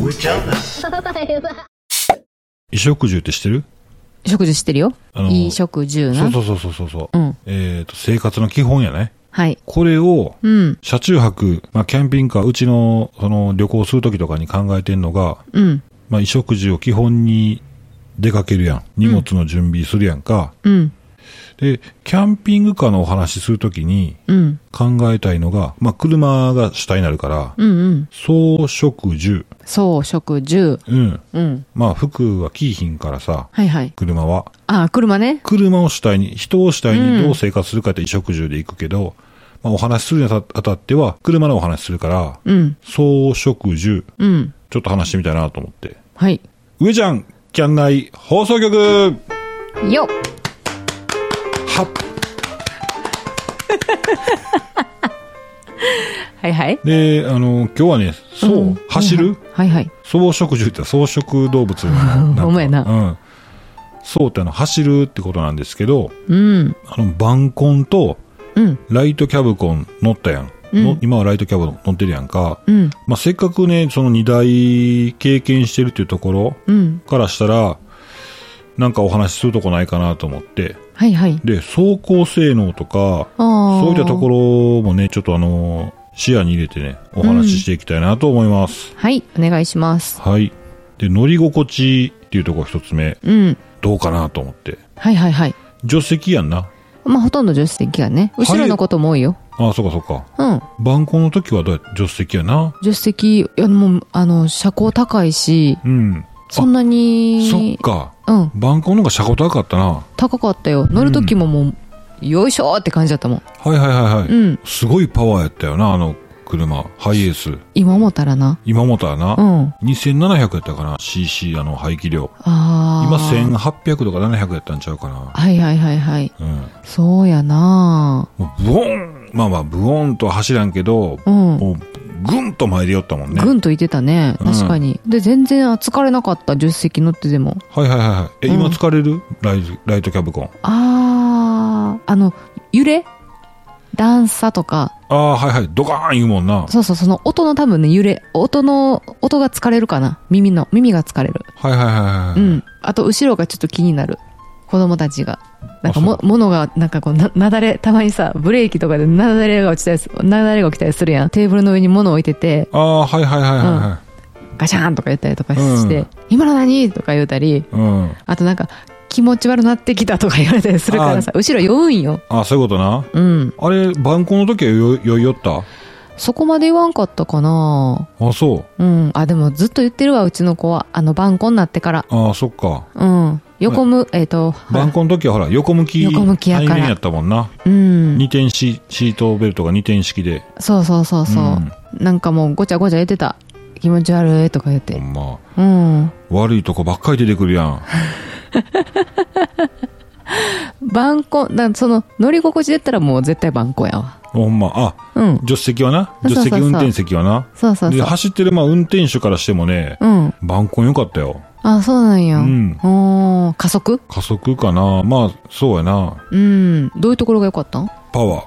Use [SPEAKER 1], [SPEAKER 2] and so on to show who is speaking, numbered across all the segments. [SPEAKER 1] 植えちゃうな。
[SPEAKER 2] 衣食住って知ってる
[SPEAKER 3] 食事してるよ。
[SPEAKER 2] あの
[SPEAKER 3] いい食住
[SPEAKER 2] そ
[SPEAKER 3] な
[SPEAKER 2] う。そうそうそうそう。
[SPEAKER 3] う
[SPEAKER 2] うんえっ、と、生活の基本やね。
[SPEAKER 3] はい。
[SPEAKER 2] これを、
[SPEAKER 3] うん。
[SPEAKER 2] 車中泊、まあ、キャンピングカー、うちの、その、旅行するときとかに考えてんのが、
[SPEAKER 3] うん。
[SPEAKER 2] まあ、衣食住を基本に出かけるやん。荷物の準備するやんか。
[SPEAKER 3] うん。
[SPEAKER 2] で、キャンピングカーのお話しするときに
[SPEAKER 3] うん。
[SPEAKER 2] 考えたいのが、まあ、車が主体になるから、
[SPEAKER 3] うんうん。
[SPEAKER 2] 装食住。
[SPEAKER 3] そう、食住。
[SPEAKER 2] うん。
[SPEAKER 3] うん。
[SPEAKER 2] まあ、服は着いひんからさ、
[SPEAKER 3] はいはい。
[SPEAKER 2] 車は。
[SPEAKER 3] ああ、車ね。
[SPEAKER 2] 車を主体に、人を主体
[SPEAKER 3] うん
[SPEAKER 2] にどう生活するかって衣食住で行くけど、まあ、お話しするにあたあたっては、車のお話しするから、
[SPEAKER 3] うん。
[SPEAKER 2] 装食住、
[SPEAKER 3] うん。
[SPEAKER 2] ちょっと話してみたいなと思って。
[SPEAKER 3] はい。
[SPEAKER 2] 上ちゃん、キャン内放送局はっ
[SPEAKER 3] よっはいはい。
[SPEAKER 2] で、あの、今日はね、そう、走る
[SPEAKER 3] はいはい。
[SPEAKER 2] 草食獣って草食動物 の
[SPEAKER 3] ほんまやな
[SPEAKER 2] うん。そうってあの、走るってことなんですけど、
[SPEAKER 3] うん。
[SPEAKER 2] あの、バンコンと
[SPEAKER 3] うん。
[SPEAKER 2] ライトキャブコン乗ったやん。の今はライトキャブ乗ってるやんか。
[SPEAKER 3] うん。
[SPEAKER 2] まあ、せっかくね、その2台経験してるっていうところ
[SPEAKER 3] うん。
[SPEAKER 2] からしたら、なんかお話しするとこないかなと思って。
[SPEAKER 3] はいはい。
[SPEAKER 2] で、走行性能とか、
[SPEAKER 3] ああ。
[SPEAKER 2] そういったところもね、ちょっとあの、視野に入れてね、お話ししていきたいなと思います。
[SPEAKER 3] はい。お願いします。
[SPEAKER 2] はい。で、乗り心地っていうところ一つ目、
[SPEAKER 3] うん。
[SPEAKER 2] どうかなと思って。
[SPEAKER 3] はいはいはい。
[SPEAKER 2] 助手席やんな。
[SPEAKER 3] まあ、ほとんど助手席がね。後ろのことも多いよ。
[SPEAKER 2] ああ、そうかそうか。
[SPEAKER 3] うん。
[SPEAKER 2] 晩婚の時はどうや助手席やな。
[SPEAKER 3] 助手席、いや、もう、あの、車高高いし、
[SPEAKER 2] うん。
[SPEAKER 3] そんなに、
[SPEAKER 2] そっか。
[SPEAKER 3] うん、
[SPEAKER 2] 晩婚の方が車高高かったな。
[SPEAKER 3] 高かったよ。乗る時ももう、よいしょーって感じだったもん。
[SPEAKER 2] はいはいはいはい。
[SPEAKER 3] うん
[SPEAKER 2] すごいパワーやったよな、あの車。ハイエース。
[SPEAKER 3] 今思ったらな。
[SPEAKER 2] 今もたらな。
[SPEAKER 3] うん。
[SPEAKER 2] 2700やったかな、CC、あの、排気量。
[SPEAKER 3] あ
[SPEAKER 2] 今
[SPEAKER 3] あ。
[SPEAKER 2] 1800とか700やったんちゃうかな。
[SPEAKER 3] はいはいはいはい。
[SPEAKER 2] うん。
[SPEAKER 3] そうやな
[SPEAKER 2] もうブオンまあまあ、ブオンとは走らんけど、
[SPEAKER 3] うん
[SPEAKER 2] もう、ぐんと前で寄ったもんね。
[SPEAKER 3] ぐんといてたね。
[SPEAKER 2] うん
[SPEAKER 3] 確かに。で、全然疲れなかった、助手席乗ってでも。
[SPEAKER 2] はいはいはいはい。え、
[SPEAKER 3] うん
[SPEAKER 2] 今疲れるライトライトキャブコン。
[SPEAKER 3] ああ、あの、揺れ段差とか、
[SPEAKER 2] ああ、はいはい。ドカーン言うもんな。
[SPEAKER 3] そうそう、その音の多分ね、揺れ、音の、音が疲れるかな。耳の、耳が疲れる。
[SPEAKER 2] はいはいはいはい。
[SPEAKER 3] うん。あと、後ろがちょっと気になる。子供たちが。なんかも
[SPEAKER 2] あ、
[SPEAKER 3] 物が、なんかこう、な、なだれ、たまにさ、ブレーキとかでなだれが落ちたりす、なだれが起きたりするやん。テーブルの上に物置いてて、
[SPEAKER 2] ああ、はいはいはいは
[SPEAKER 3] ガシャーンとか言ったりとかして、
[SPEAKER 2] うん
[SPEAKER 3] 今の何とか言うたり、
[SPEAKER 2] いはい。うん。
[SPEAKER 3] あとなんか、気持ち悪なってきたとか言われたりするからさ、後ろ酔うんよ。
[SPEAKER 2] ああ、そういうことな。
[SPEAKER 3] うん。
[SPEAKER 2] あれ、晩婚の時はよ、よいよった
[SPEAKER 3] そこまで言わんかったかな
[SPEAKER 2] あそう。
[SPEAKER 3] うん。あ、でもずっと言ってるわ、うちの子は。あの、晩婚になってから。
[SPEAKER 2] ああ、そっか。
[SPEAKER 3] うん。横む、えっ、と、
[SPEAKER 2] 晩婚の時はほら、横向き、
[SPEAKER 3] 横向きやから
[SPEAKER 2] 対面やったもんな。
[SPEAKER 3] うん。
[SPEAKER 2] 二点シシートベルトが二点式で。
[SPEAKER 3] そうそうそうそう。なんかもうごちゃごちゃ言ってた。気持ち悪いとか言っ
[SPEAKER 2] ほ
[SPEAKER 3] て。
[SPEAKER 2] んま。
[SPEAKER 3] うん。
[SPEAKER 2] 悪いとこばっかり出てくるやん。
[SPEAKER 3] 晩婚、だその、乗り心地で言ったらもう絶対晩婚やわ。
[SPEAKER 2] ほんま。あ、
[SPEAKER 3] うん。
[SPEAKER 2] 助手席はな。
[SPEAKER 3] そう
[SPEAKER 2] 助
[SPEAKER 3] そうそう
[SPEAKER 2] 手席運転席はな。
[SPEAKER 3] そうそう
[SPEAKER 2] で、
[SPEAKER 3] そう。
[SPEAKER 2] 走ってる、まあ、運転手からしてもね、
[SPEAKER 3] うん。
[SPEAKER 2] 晩婚良かったよ。
[SPEAKER 3] あ、そうなんや。
[SPEAKER 2] うん
[SPEAKER 3] おー加速
[SPEAKER 2] 加速かなまあ、そうやな。
[SPEAKER 3] うん。どういうところが良かったん
[SPEAKER 2] パワー。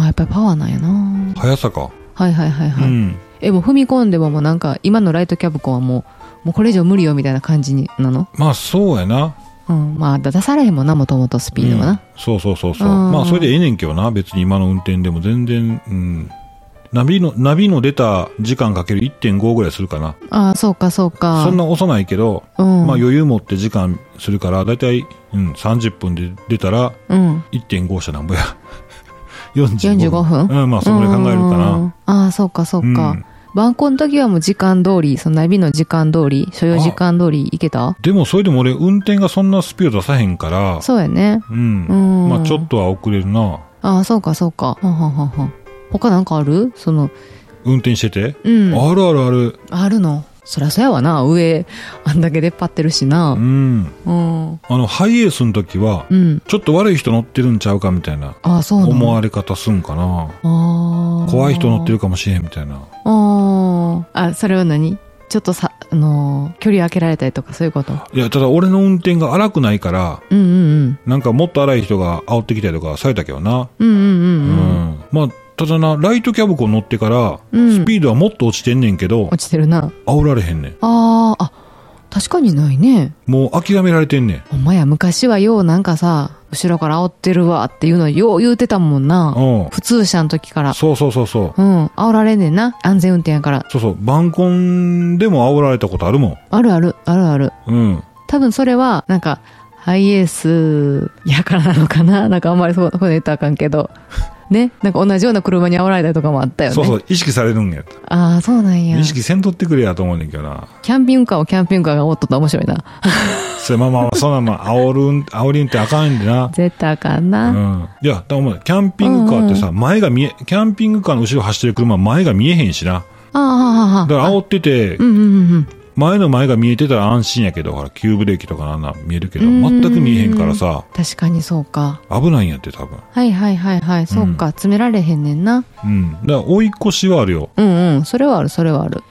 [SPEAKER 3] あ、やっぱりパワーなんやな。
[SPEAKER 2] 速さか。
[SPEAKER 3] はいはいはいはい。
[SPEAKER 2] うん。
[SPEAKER 3] え、もう踏み込んでももうなんか、今のライトキャブコンはもう、もうこれ以上無理よみたいな感じになの
[SPEAKER 2] まあ、そうやな。
[SPEAKER 3] うん。まあ、だ出されへんもんな、もともとスピードが
[SPEAKER 2] うん
[SPEAKER 3] な。
[SPEAKER 2] そうそうそうそう。
[SPEAKER 3] うん
[SPEAKER 2] まあ、それでええねんけどな。別に今の運転でも全然、うん。ナビの、ナビの出た時間かける1.5ぐらいするかな。
[SPEAKER 3] ああ、そうかそうか。
[SPEAKER 2] そんな幼いけど、
[SPEAKER 3] うん。
[SPEAKER 2] まあ余裕持って時間するから、だいたい、うん、30分で出たら、
[SPEAKER 3] うん。
[SPEAKER 2] 1.5車なんぼや。45
[SPEAKER 3] 45分
[SPEAKER 2] うん、まあ、そのぐらい考えるかな。
[SPEAKER 3] な。ああ、そうかそう
[SPEAKER 2] う
[SPEAKER 3] か
[SPEAKER 2] ん。
[SPEAKER 3] 晩婚の時はもう時間通り、そのナビの時間通り、所要時間通り行けた
[SPEAKER 2] でも、それでも俺、運転がそんなスピード出さへんから、
[SPEAKER 3] そうやね。
[SPEAKER 2] うん。
[SPEAKER 3] うん
[SPEAKER 2] まあ、ちょっとは遅れるな。
[SPEAKER 3] ああ、そうかそうか。はんはんはんはん他なんかあるその、
[SPEAKER 2] 運転してて。
[SPEAKER 3] うん。
[SPEAKER 2] あるあるある。
[SPEAKER 3] あるの。そりゃそうやわな。上、あんだけ出っ張ってるし
[SPEAKER 2] う
[SPEAKER 3] な。
[SPEAKER 2] ん。
[SPEAKER 3] うん。
[SPEAKER 2] あの、ハイエースの時は、
[SPEAKER 3] うん。
[SPEAKER 2] ちょっと悪い人乗ってるんちゃうかみたいな、
[SPEAKER 3] ああ、そうなの
[SPEAKER 2] 思われ方すんかな。
[SPEAKER 3] ああ。
[SPEAKER 2] 怖い人乗ってるかもしれんみたいな。
[SPEAKER 3] ああ。あ、それは何ちょっとさ、あのー距離開けられたりとかそういうこと。
[SPEAKER 2] いや、ただ俺の運転が荒くないから、
[SPEAKER 3] うんうんうん。
[SPEAKER 2] なんかもっと荒い人が煽ってきたりとかされたけどな。
[SPEAKER 3] うんうんう
[SPEAKER 2] うん
[SPEAKER 3] うん。
[SPEAKER 2] ん。まあ、ただな、ライトキャブコ乗ってから、
[SPEAKER 3] うん
[SPEAKER 2] スピードはもっと落ちてんねんけど、
[SPEAKER 3] 落ちてるな。
[SPEAKER 2] 煽られへんねん。
[SPEAKER 3] あー、あ、確かにないね。
[SPEAKER 2] もう諦められてんねん。
[SPEAKER 3] ほんまや、昔はようなんかさ、後ろから煽ってるわっていうのよう言うてたもんな。
[SPEAKER 2] うん。
[SPEAKER 3] 普通車の時から。
[SPEAKER 2] そうそうそうそう。
[SPEAKER 3] うん、煽られんねんな。安全運転やから。
[SPEAKER 2] そうそう、晩婚でも煽られたことあるもん。
[SPEAKER 3] あるある、あるある。
[SPEAKER 2] うん。
[SPEAKER 3] 多分それは、なんか、ハイエースやからなのかな なんかあんまりそうこういうの言ったらあかんけど。ね、なんか同じような車に煽られたりとかもあったよね。
[SPEAKER 2] そうそう、意識されるんや。
[SPEAKER 3] ああ、そうなんや。
[SPEAKER 2] 意
[SPEAKER 3] キ
[SPEAKER 2] 識せんとってくれやと思うねんけどな。
[SPEAKER 3] ャンピングカーをキャンピングカーがおっとったら面白いな。
[SPEAKER 2] それまあまあ、そんなの煽るん、煽りんってあかんでな。
[SPEAKER 3] 絶対あかん
[SPEAKER 2] う
[SPEAKER 3] な。
[SPEAKER 2] ん。いや、だからお前、キャンピングカーってさ、前が見え、キャンピングカーの後ろ走ってる車、前が見えへんしな。
[SPEAKER 3] ああ、ああ、
[SPEAKER 2] だ
[SPEAKER 3] あ
[SPEAKER 2] か
[SPEAKER 3] あ。
[SPEAKER 2] ら煽ってて
[SPEAKER 3] う、んうんうんうん。
[SPEAKER 2] 前の前が見えてたら安心やけど、ほら、急ブレーキとかなんなん見えるけど、
[SPEAKER 3] うん
[SPEAKER 2] 全く見えへんからさ、
[SPEAKER 3] 確かにそうか。
[SPEAKER 2] 危ないんやって多分。
[SPEAKER 3] はいはいはいはい。そうか。詰められへんねんな。
[SPEAKER 2] うん。だから追い越しはあるよ。
[SPEAKER 3] うんうん。それはある、それはある。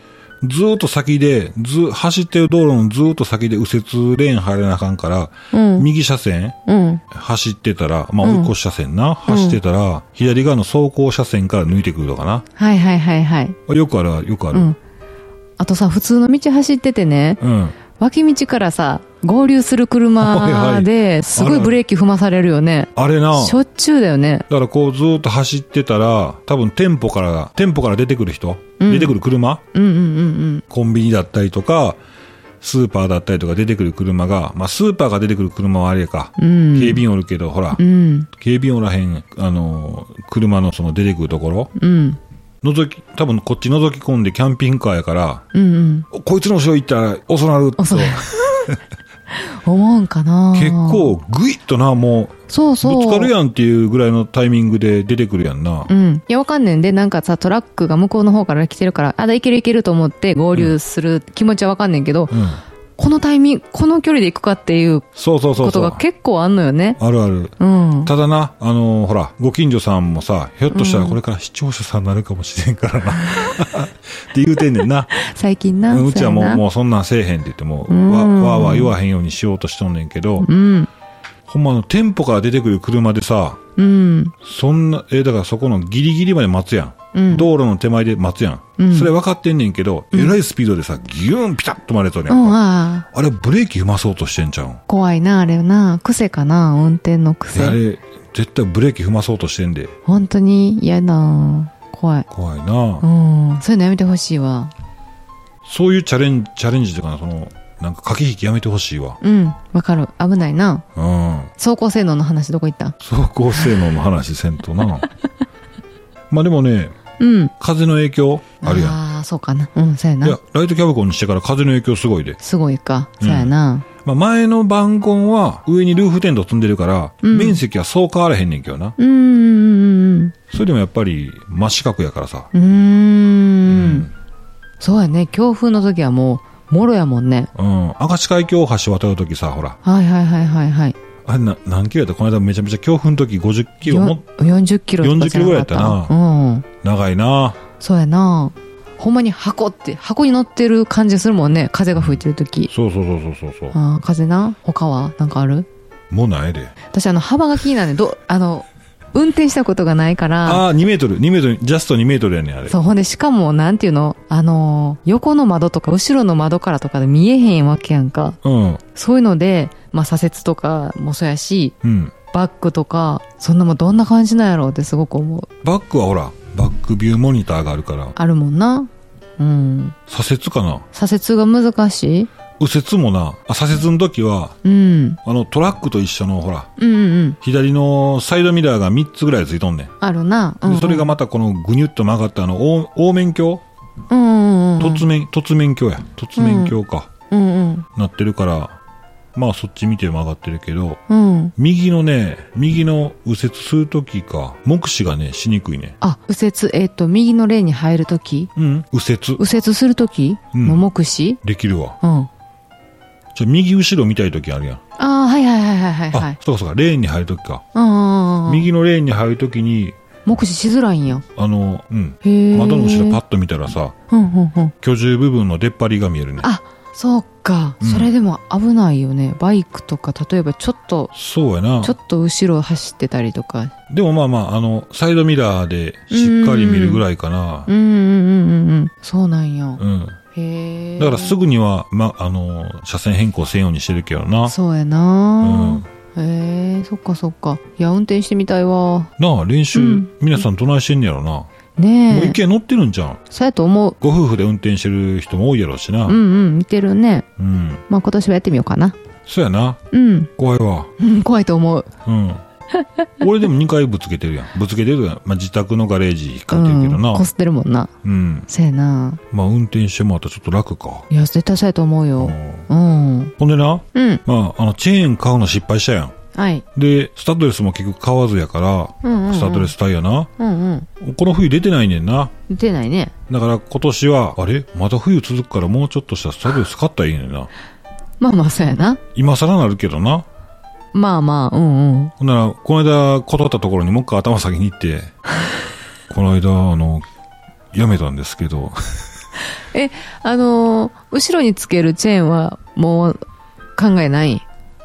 [SPEAKER 2] ずーっと先で、ずー、走ってる道路のずーっと先で右折レーン入らなあかんから、
[SPEAKER 3] うん。
[SPEAKER 2] 右車線
[SPEAKER 3] うん。
[SPEAKER 2] 走ってたら、まあ
[SPEAKER 3] うん
[SPEAKER 2] 追い越し車線な、走ってたら、左側の走行車線から抜いてくるとかな。
[SPEAKER 3] はいはいはいはい。
[SPEAKER 2] よくある、よくあ
[SPEAKER 3] う
[SPEAKER 2] る。
[SPEAKER 3] ん。あとさ、普通の道走っててね、
[SPEAKER 2] うん。
[SPEAKER 3] 脇道からさ、合流する車で、すごいブレーキ踏まされるよね。
[SPEAKER 2] あれな、
[SPEAKER 3] しょっちゅうだよね。
[SPEAKER 2] だからこうずーっと走ってたら、多分店舗から、店舗から出てくる人、出てくる車、
[SPEAKER 3] うんうんうんうん。
[SPEAKER 2] コンビニだったりとか、スーパーだったりとか出てくる車が、まあスーパーが出てくる車はあれか、
[SPEAKER 3] うん
[SPEAKER 2] 警備員おるけど、ほら、
[SPEAKER 3] うん。
[SPEAKER 2] 警備員おらへん、あのー、車のその出てくるところ、
[SPEAKER 3] うん。
[SPEAKER 2] 覗き、多分こっち覗き込んでキャンピングカーやから、
[SPEAKER 3] うんうん。
[SPEAKER 2] おこいつの後ろ行ったら遅なると。
[SPEAKER 3] 遅
[SPEAKER 2] 結
[SPEAKER 3] なる思うんかな
[SPEAKER 2] 構グイッとな、も
[SPEAKER 3] そう
[SPEAKER 2] う、
[SPEAKER 3] そう。
[SPEAKER 2] ぶつかるやんっていうぐらいのタイミングで出てくるやんな。
[SPEAKER 3] うん。いや、わかんねんで、なんかさ、トラックが向こうの方から来てるから、あ、だ、いけるいけると思って合流する気持ちはわかんねんけど、
[SPEAKER 2] うん。
[SPEAKER 3] このタイミング、この距離で行くかっていう
[SPEAKER 2] そうそうそ
[SPEAKER 3] こ
[SPEAKER 2] うそ
[SPEAKER 3] と
[SPEAKER 2] う。
[SPEAKER 3] が結構あんのよね。
[SPEAKER 2] あるある。
[SPEAKER 3] うん。
[SPEAKER 2] ただな、あのーほら、ご近所さんもさ、ひょっとしたらこれから視聴者さんになるかもしれんからな。って言うてんねんな。
[SPEAKER 3] 最近
[SPEAKER 2] う
[SPEAKER 3] な。
[SPEAKER 2] んうちはも、
[SPEAKER 3] そうやな
[SPEAKER 2] もうそんなんせえへんって言っても、
[SPEAKER 3] ん
[SPEAKER 2] わ、わーわー言わへんようにしようとしとんねんけど、
[SPEAKER 3] うん。
[SPEAKER 2] ほんまあの、店舗から出てくる車でさ、
[SPEAKER 3] うん。
[SPEAKER 2] そんな、えーだからそこのギリギリまで待つやん。
[SPEAKER 3] うん。
[SPEAKER 2] 道路の手前で待つやん。
[SPEAKER 3] うん
[SPEAKER 2] それ分かってんねんけど、えらいスピードでさ、ギューンピタッとまれとるや
[SPEAKER 3] うんん、
[SPEAKER 2] か。
[SPEAKER 3] ああ。
[SPEAKER 2] あれブレーキ踏まそうとしてんちゃうん。
[SPEAKER 3] 怖いな、あれな。癖かな、運転の
[SPEAKER 2] いやあ
[SPEAKER 3] 癖。
[SPEAKER 2] れ、絶対ブレーキ踏まそうとしてんで。
[SPEAKER 3] 本当に嫌だ。怖い。
[SPEAKER 2] 怖いな
[SPEAKER 3] う、ん。そういうのやめてほしいわ。
[SPEAKER 2] そういうチャレンジ、チャレンジというかな、その、なんか駆け引きやめてほしいわ。
[SPEAKER 3] うん。わかる。危ないな。
[SPEAKER 2] うん。
[SPEAKER 3] 走行性能の話どこ行った
[SPEAKER 2] 走行性能の話せんとな。 まあでもね、
[SPEAKER 3] うん。
[SPEAKER 2] 風の影響あるやん。
[SPEAKER 3] ああ、そうかな。うん、そうや
[SPEAKER 2] いや
[SPEAKER 3] な。、
[SPEAKER 2] ライトキャブコンにしてから風の影響すごいで。
[SPEAKER 3] すごいか。
[SPEAKER 2] う
[SPEAKER 3] そ
[SPEAKER 2] ん
[SPEAKER 3] うやな。
[SPEAKER 2] まあ、前の晩婚は上にルーフテント積んでるから、
[SPEAKER 3] うん
[SPEAKER 2] 面積はそう変わらへんねんけどな。
[SPEAKER 3] うーん。う
[SPEAKER 2] それでもやっぱり真四角やからさ。
[SPEAKER 3] ー。
[SPEAKER 2] うん
[SPEAKER 3] そうやね。強風の時はもう、もろやもんね。
[SPEAKER 2] うん。明石海峡大橋渡るときさ、ほら。
[SPEAKER 3] はいはいはいはいはい。
[SPEAKER 2] あれな、何キロやったこの間めちゃめちゃ強風のとき50キロ
[SPEAKER 3] よ
[SPEAKER 2] も
[SPEAKER 3] 40キロとかじゃなかっ
[SPEAKER 2] 40キ
[SPEAKER 3] た。
[SPEAKER 2] ロぐらいやった
[SPEAKER 3] うん。
[SPEAKER 2] 長いな
[SPEAKER 3] そうやな。ほんまに箱って、箱に乗ってる感じするもんね。風が吹いてる時。
[SPEAKER 2] そうそうそうそうそうそう。
[SPEAKER 3] あー風な他はなんかある
[SPEAKER 2] もうないで。
[SPEAKER 3] 私あの、幅が気になるねんど、あの、運転したことがないから。
[SPEAKER 2] ああー、2メートル、2メートル、ジャスト2メートルやねん、あれ。
[SPEAKER 3] そう、ほんで、しかも、なんていうのあのー横の窓とか、後ろの窓からとかで見えへんわけやんか。
[SPEAKER 2] うん。
[SPEAKER 3] そういうので、まあ、左折とかもそうやし、
[SPEAKER 2] うん。
[SPEAKER 3] バックとか、そんなもんどんな感じなんやろうってすごく思う。
[SPEAKER 2] バックはほら、バックビューモニターがあるから、
[SPEAKER 3] あるもんな。うん。
[SPEAKER 2] 左折かな
[SPEAKER 3] 左折が難しい
[SPEAKER 2] 右折もな、あ左折の時は、
[SPEAKER 3] うん。
[SPEAKER 2] あの、トラックと一緒のほら、
[SPEAKER 3] うんうんうん。
[SPEAKER 2] 左のサイドミラーが3つぐらいついとんねん。
[SPEAKER 3] あるな。うん、う
[SPEAKER 2] で
[SPEAKER 3] ん。
[SPEAKER 2] それがまたこのぐにゅっと曲がったあの、お凹面鏡
[SPEAKER 3] うんうんうん。
[SPEAKER 2] 凸面、凸面鏡や。凸面鏡か。
[SPEAKER 3] うん
[SPEAKER 2] なってるから、まあそっち見て曲がってるけど、
[SPEAKER 3] うん。うん。
[SPEAKER 2] 右のね、右の右折するときか、目視がね、しにくいね。
[SPEAKER 3] あ、右折、えっ、と、右のレーンに入るとき
[SPEAKER 2] うん。右折。
[SPEAKER 3] 右折するとき
[SPEAKER 2] うん
[SPEAKER 3] の目視
[SPEAKER 2] できるわ。
[SPEAKER 3] うん。あ
[SPEAKER 2] ちょ、右後ろ見たいときあるやん。
[SPEAKER 3] あー、はいはいはいはいはいは
[SPEAKER 2] あ
[SPEAKER 3] い、。
[SPEAKER 2] そうかそうか、レーンに入るときか。
[SPEAKER 3] うんうんうんうん。
[SPEAKER 2] 右のレーンに入るときに、
[SPEAKER 3] 目視しづらいんや。
[SPEAKER 2] あの、うん。
[SPEAKER 3] へえ。
[SPEAKER 2] 窓の後ろパ
[SPEAKER 3] ッ。
[SPEAKER 2] ッと見たらさ、
[SPEAKER 3] うんうんうん。
[SPEAKER 2] 居住部分の出っ張りが見えるね。
[SPEAKER 3] あ、そうか、
[SPEAKER 2] うん
[SPEAKER 3] それでも危ないよねバイクとか例えばちょっと
[SPEAKER 2] そうやな
[SPEAKER 3] ちょっと後ろ走ってたりとか
[SPEAKER 2] でもまあまああのサイドミラーでしっかり見るぐらいかな
[SPEAKER 3] うんうんうんうんうんそうなんや、
[SPEAKER 2] うん
[SPEAKER 3] へえ
[SPEAKER 2] だからすぐには、ま、あの車線変更せんようにしてるけどな
[SPEAKER 3] そうや
[SPEAKER 2] う、
[SPEAKER 3] なんへえそっかそっかいや運転してみたいわ
[SPEAKER 2] なあ練習、
[SPEAKER 3] うん
[SPEAKER 2] 皆さんどないしてんねやろな、もう
[SPEAKER 3] ねえ
[SPEAKER 2] 一見乗ってるんじゃん
[SPEAKER 3] そうやと思う
[SPEAKER 2] ご夫婦で運転してる人も多いやろうしな
[SPEAKER 3] うんうん見てるね
[SPEAKER 2] うん、
[SPEAKER 3] まあ今年はやってみようかな
[SPEAKER 2] そうやな
[SPEAKER 3] うん
[SPEAKER 2] 怖いわ
[SPEAKER 3] うん怖いと思う
[SPEAKER 2] うん俺でも2回ぶつけてるやんぶつけてるというか、まあ、自宅のガレージ引っかかってるけどな
[SPEAKER 3] うん、こすってるもんな
[SPEAKER 2] うん、
[SPEAKER 3] せやな
[SPEAKER 2] まあ運転してもらったらちょっと楽か、
[SPEAKER 3] いや絶対そうやと思う
[SPEAKER 2] う
[SPEAKER 3] よ
[SPEAKER 2] ん
[SPEAKER 3] うん
[SPEAKER 2] ほんでな、
[SPEAKER 3] うん
[SPEAKER 2] まあ、あのチェーン買うの失敗したやん
[SPEAKER 3] はい
[SPEAKER 2] でスタッドレスも結局買わずやから、
[SPEAKER 3] うんうんうん
[SPEAKER 2] スタッドレスタイヤな
[SPEAKER 3] うんうん
[SPEAKER 2] この冬出てないねんな
[SPEAKER 3] 出てないね
[SPEAKER 2] だから今年はあれまた冬続くからもうちょっとしたらスタッドレス買ったらいいねんな
[SPEAKER 3] まあまあそうやな
[SPEAKER 2] 今更なるけどな
[SPEAKER 3] まあまあうんうん
[SPEAKER 2] ほんなら、この間断ったところにもう一回頭先に行 って、この間、あの、やめたんですけど、
[SPEAKER 3] えあのー後ろにつけるチェーンはもう考えない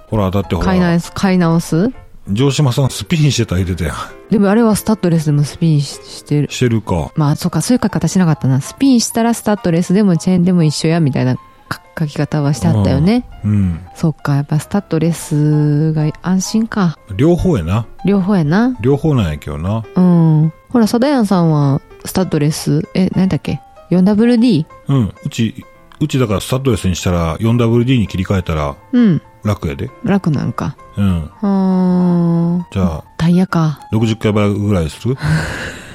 [SPEAKER 2] ほら、だってほ
[SPEAKER 3] 買い直
[SPEAKER 2] ら、
[SPEAKER 3] す買い直す
[SPEAKER 2] 城島さんスピンしてた言うてたやん。
[SPEAKER 3] でもあれはスタッドレスでもスピンししてる
[SPEAKER 2] してるか。
[SPEAKER 3] まあそうかそういう書き方しなかったなスピンしたらスタッドレスでもチェーンでも一緒やみたいなか書き方はしてあったよね、
[SPEAKER 2] うん。
[SPEAKER 3] そっかやっぱスタッドレスが安心か
[SPEAKER 2] 両方やな。
[SPEAKER 3] 両方やな
[SPEAKER 2] 両方なんやけどな。
[SPEAKER 3] うんほらサダヤンさんはスタッドレスえなんだっけ 4WD
[SPEAKER 2] うん。うち、うちだからスタッドレスにしたら 4WD に切り替えたら
[SPEAKER 3] うん
[SPEAKER 2] 楽やで。
[SPEAKER 3] 楽なんか
[SPEAKER 2] うん。
[SPEAKER 3] うーん
[SPEAKER 2] じゃあ、
[SPEAKER 3] タイヤか
[SPEAKER 2] 60回払いぐらい する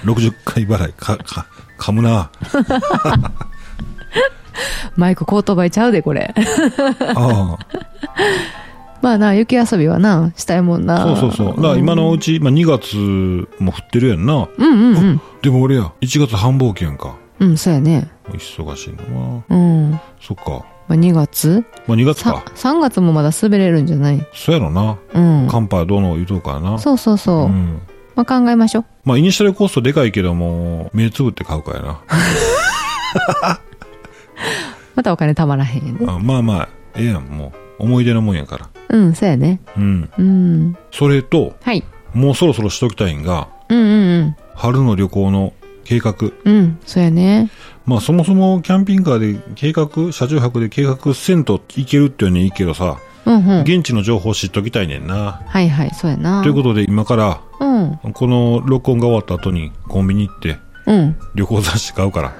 [SPEAKER 2] ?60 回払い、か、か、噛む な。
[SPEAKER 3] マイクコートバイちゃうでこれ
[SPEAKER 2] あ
[SPEAKER 3] まあな雪遊びはなしたいもん
[SPEAKER 2] あ。
[SPEAKER 3] な
[SPEAKER 2] そうそうそう。だから今のうち、まあ2月も降ってるやんな。
[SPEAKER 3] うんうんうん
[SPEAKER 2] でも俺や、1月繁忙期やんか。
[SPEAKER 3] うんそうやね
[SPEAKER 2] 忙しいのは。
[SPEAKER 3] うん、ま
[SPEAKER 2] そっか。
[SPEAKER 3] あ、2月
[SPEAKER 2] まあ、2月
[SPEAKER 3] さ
[SPEAKER 2] か。
[SPEAKER 3] 3月もまだ滑れるんじゃない
[SPEAKER 2] そうやろな。
[SPEAKER 3] うん
[SPEAKER 2] カンパどうの言うとるからな。
[SPEAKER 3] そうそうそう、
[SPEAKER 2] ん。
[SPEAKER 3] まあ考えましょう
[SPEAKER 2] まあ、イニシャルコストでかいけども、目つぶって買うからな。
[SPEAKER 3] またお金たまらへんやね
[SPEAKER 2] あまあまあ、ええやん、もう。思い出のもんやから。
[SPEAKER 3] うんそうやね
[SPEAKER 2] うん。
[SPEAKER 3] うん
[SPEAKER 2] それと、
[SPEAKER 3] はい
[SPEAKER 2] もうそろそろしときたいんが、
[SPEAKER 3] うんうん
[SPEAKER 2] 春の旅行の計画。
[SPEAKER 3] うんうんそうやね
[SPEAKER 2] まあ、そもそもキャンピングカーで計画、車中泊で計画せんといけるっていうのはいいけどさ、
[SPEAKER 3] うんうん
[SPEAKER 2] 現地の情報知っときたいねんな。
[SPEAKER 3] はいはいそうやな
[SPEAKER 2] ということで、今から、
[SPEAKER 3] うん
[SPEAKER 2] この録音が終わった後にコンビニ行って
[SPEAKER 3] うん
[SPEAKER 2] 旅行雑誌買うから。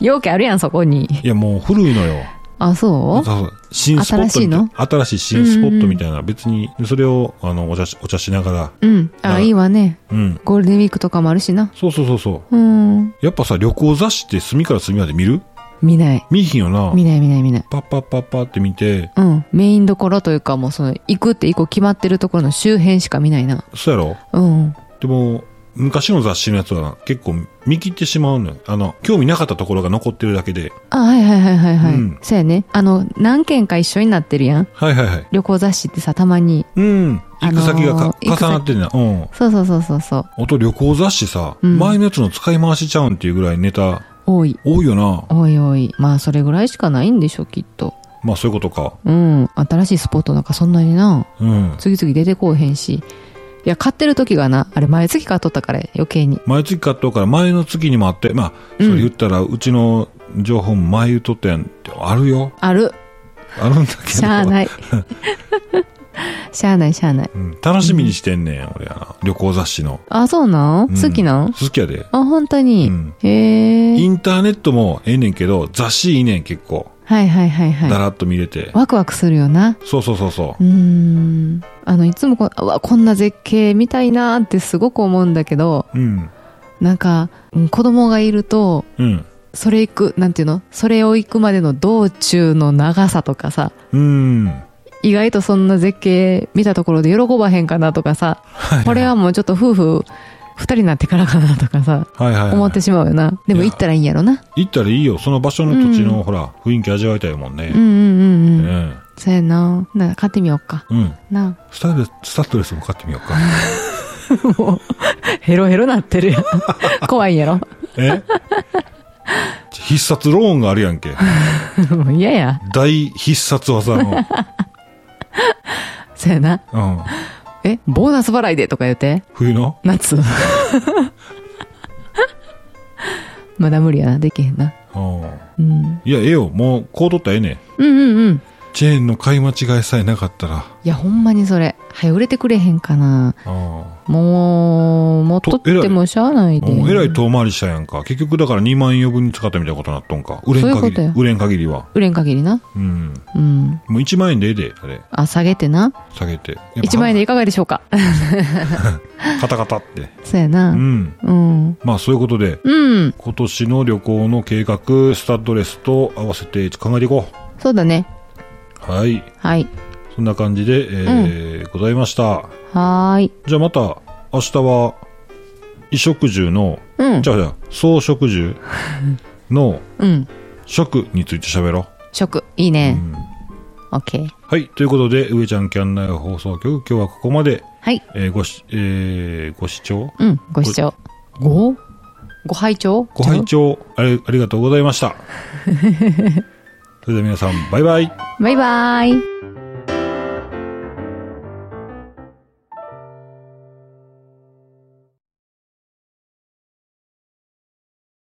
[SPEAKER 3] 容器あるやんそこに
[SPEAKER 2] いやもう古いのよ。
[SPEAKER 3] あそう
[SPEAKER 2] そうそう新スポットみたい
[SPEAKER 3] 新し
[SPEAKER 2] な。新しい新スポットみたいな。別にそれをあのお茶しお茶しながら。
[SPEAKER 3] うん
[SPEAKER 2] な
[SPEAKER 3] あいいわね
[SPEAKER 2] うん。
[SPEAKER 3] ゴールデンウィークとかもあるしな
[SPEAKER 2] そうそうそうそう。
[SPEAKER 3] うん
[SPEAKER 2] やっぱさ旅行雑誌って隅から隅まで見る
[SPEAKER 3] 見ない
[SPEAKER 2] 見ひんよな。
[SPEAKER 3] 見ない見ない見ない
[SPEAKER 2] パッパッパッパって見て、
[SPEAKER 3] うんメインどころというかもうその行くって一個決まってるところの周辺しか見ないな
[SPEAKER 2] そうやろ
[SPEAKER 3] うん
[SPEAKER 2] でも、昔の雑誌のやつは結構見切ってしまうのよ。あの、興味なかったところが残ってるだけで。
[SPEAKER 3] あはいはいはいはいはい、
[SPEAKER 2] うん
[SPEAKER 3] そうやねあの何件か一緒になってるやん
[SPEAKER 2] はいはいはい。
[SPEAKER 3] 旅行雑誌ってさたまに
[SPEAKER 2] うん。行く先がか、
[SPEAKER 3] あのー行く先
[SPEAKER 2] 重なってんな。うん。
[SPEAKER 3] そうそうそうそうそう
[SPEAKER 2] あと旅行雑誌さ、
[SPEAKER 3] うん
[SPEAKER 2] 前のやつの使い回しちゃうんっていうぐらいネタ
[SPEAKER 3] 多い
[SPEAKER 2] 多いよな。
[SPEAKER 3] 多い多いまあそれぐらいしかないんでしょきっと
[SPEAKER 2] まあそういうことか。
[SPEAKER 3] うん新しいスポットなんかそんなにな
[SPEAKER 2] うん。
[SPEAKER 3] 次々出てこうへんしいや買ってる時がなあれ毎月買っとったから余計に
[SPEAKER 2] 毎月買っとうから前の月にもあって、まあ、それ言ったらうちの情報も前言うとったやんってあるよ。
[SPEAKER 3] あ る
[SPEAKER 2] あるんだけど。
[SPEAKER 3] しゃあない しゃあないしゃあない
[SPEAKER 2] うん、楽しみにしてんねん、俺はな。旅行雑誌の。
[SPEAKER 3] あそうなん、
[SPEAKER 2] うん
[SPEAKER 3] 好きなん
[SPEAKER 2] 好きやで。
[SPEAKER 3] あ本当に、
[SPEAKER 2] うん
[SPEAKER 3] へ
[SPEAKER 2] イ
[SPEAKER 3] え
[SPEAKER 2] ンターネットもええねんけど、雑誌いいねん結構。
[SPEAKER 3] はいはいはいはい
[SPEAKER 2] だらっと見れて。
[SPEAKER 3] ワクワクするよな
[SPEAKER 2] そうそうそうそう
[SPEAKER 3] ーんあのいつもこううわこんな絶景見たいなーってすごく思うんだけど
[SPEAKER 2] う。うん。
[SPEAKER 3] なんかうん子供がいると
[SPEAKER 2] うん。
[SPEAKER 3] それ行くなんていうのそれを行くまでの道中の長さとかさ
[SPEAKER 2] うん。
[SPEAKER 3] 意外とそんな絶景見たところで喜ばへんかなとかさ
[SPEAKER 2] はい
[SPEAKER 3] これはもうちょっと夫婦二人になってからかなとかさ
[SPEAKER 2] はいはい、はい。
[SPEAKER 3] 思ってしまうよなでも
[SPEAKER 2] いや
[SPEAKER 3] 行ったらいいんやろな
[SPEAKER 2] 行ったらいいよ。その場所の土地の、
[SPEAKER 3] うん
[SPEAKER 2] ほら、雰囲気味わいたいもん
[SPEAKER 3] うんう
[SPEAKER 2] ね。
[SPEAKER 3] ん
[SPEAKER 2] う
[SPEAKER 3] うんうん
[SPEAKER 2] ん。
[SPEAKER 3] そうやななんか買ってみようか
[SPEAKER 2] うん。
[SPEAKER 3] な
[SPEAKER 2] スタイル、スタッドレスも買ってみようか。
[SPEAKER 3] もう ヘロヘロなってるやん怖いんやろ
[SPEAKER 2] え必殺ローンがあるやんけ。
[SPEAKER 3] もう 嫌や。
[SPEAKER 2] 大必殺技の。
[SPEAKER 3] そやな。
[SPEAKER 2] うん。
[SPEAKER 3] え、ボーナス払いでとか言うて。
[SPEAKER 2] 冬の
[SPEAKER 3] 夏。 まだ無理やな。できへんな。
[SPEAKER 2] うん。
[SPEAKER 3] うん。
[SPEAKER 2] いや、ええよ。もう、こう取ったらええねん。
[SPEAKER 3] うんうんうん。
[SPEAKER 2] チェーンの買い間違いさえなかったら。
[SPEAKER 3] いや、ほんまにそれ。早売れてくれへんかな。
[SPEAKER 2] うん。
[SPEAKER 3] もう、もう取
[SPEAKER 2] と
[SPEAKER 3] ってもしゃあないで。
[SPEAKER 2] うんえらい遠回りしたやんか。結局だから2万円余分に使ったみたいなことになっとんか。売れん
[SPEAKER 3] そういうこ
[SPEAKER 2] 限
[SPEAKER 3] と
[SPEAKER 2] り
[SPEAKER 3] や。
[SPEAKER 2] 売れん限りは。
[SPEAKER 3] 売れん限りな。
[SPEAKER 2] うん。
[SPEAKER 3] うん。
[SPEAKER 2] もう1万円でええで、あれ。
[SPEAKER 3] あ、下げてな。
[SPEAKER 2] 下げて。
[SPEAKER 3] 1万円で
[SPEAKER 2] で。
[SPEAKER 3] いかがでしょ うか。
[SPEAKER 2] カタカタって。
[SPEAKER 3] そうや
[SPEAKER 2] う
[SPEAKER 3] な。
[SPEAKER 2] ん。
[SPEAKER 3] うん。
[SPEAKER 2] まあそういうことで、
[SPEAKER 3] うん。
[SPEAKER 2] 今年の旅行の計画、スタッドレスと合わせて考えていこ
[SPEAKER 3] そうだね。
[SPEAKER 2] う。はい。
[SPEAKER 3] はい。
[SPEAKER 2] そんな感じで、えーございました。
[SPEAKER 3] はーい。
[SPEAKER 2] じゃあまた、明日は、衣食住の、
[SPEAKER 3] うん
[SPEAKER 2] じ。ゃあじゃあ、総食住 の
[SPEAKER 3] うん。
[SPEAKER 2] 食について喋ろ。
[SPEAKER 3] 食。いいう
[SPEAKER 2] う
[SPEAKER 3] ね。
[SPEAKER 2] ん
[SPEAKER 3] オッケー。
[SPEAKER 2] はい。ということで、上ちゃんキャンナイフ放送局、今日はここまで、
[SPEAKER 3] はい。
[SPEAKER 2] えーごし、えーご視聴
[SPEAKER 3] うん。ご視聴。ごご拝聴
[SPEAKER 2] ご拝聴ありあ りがとうございました。それでは皆さん、バイバイ。
[SPEAKER 3] バイバーイ。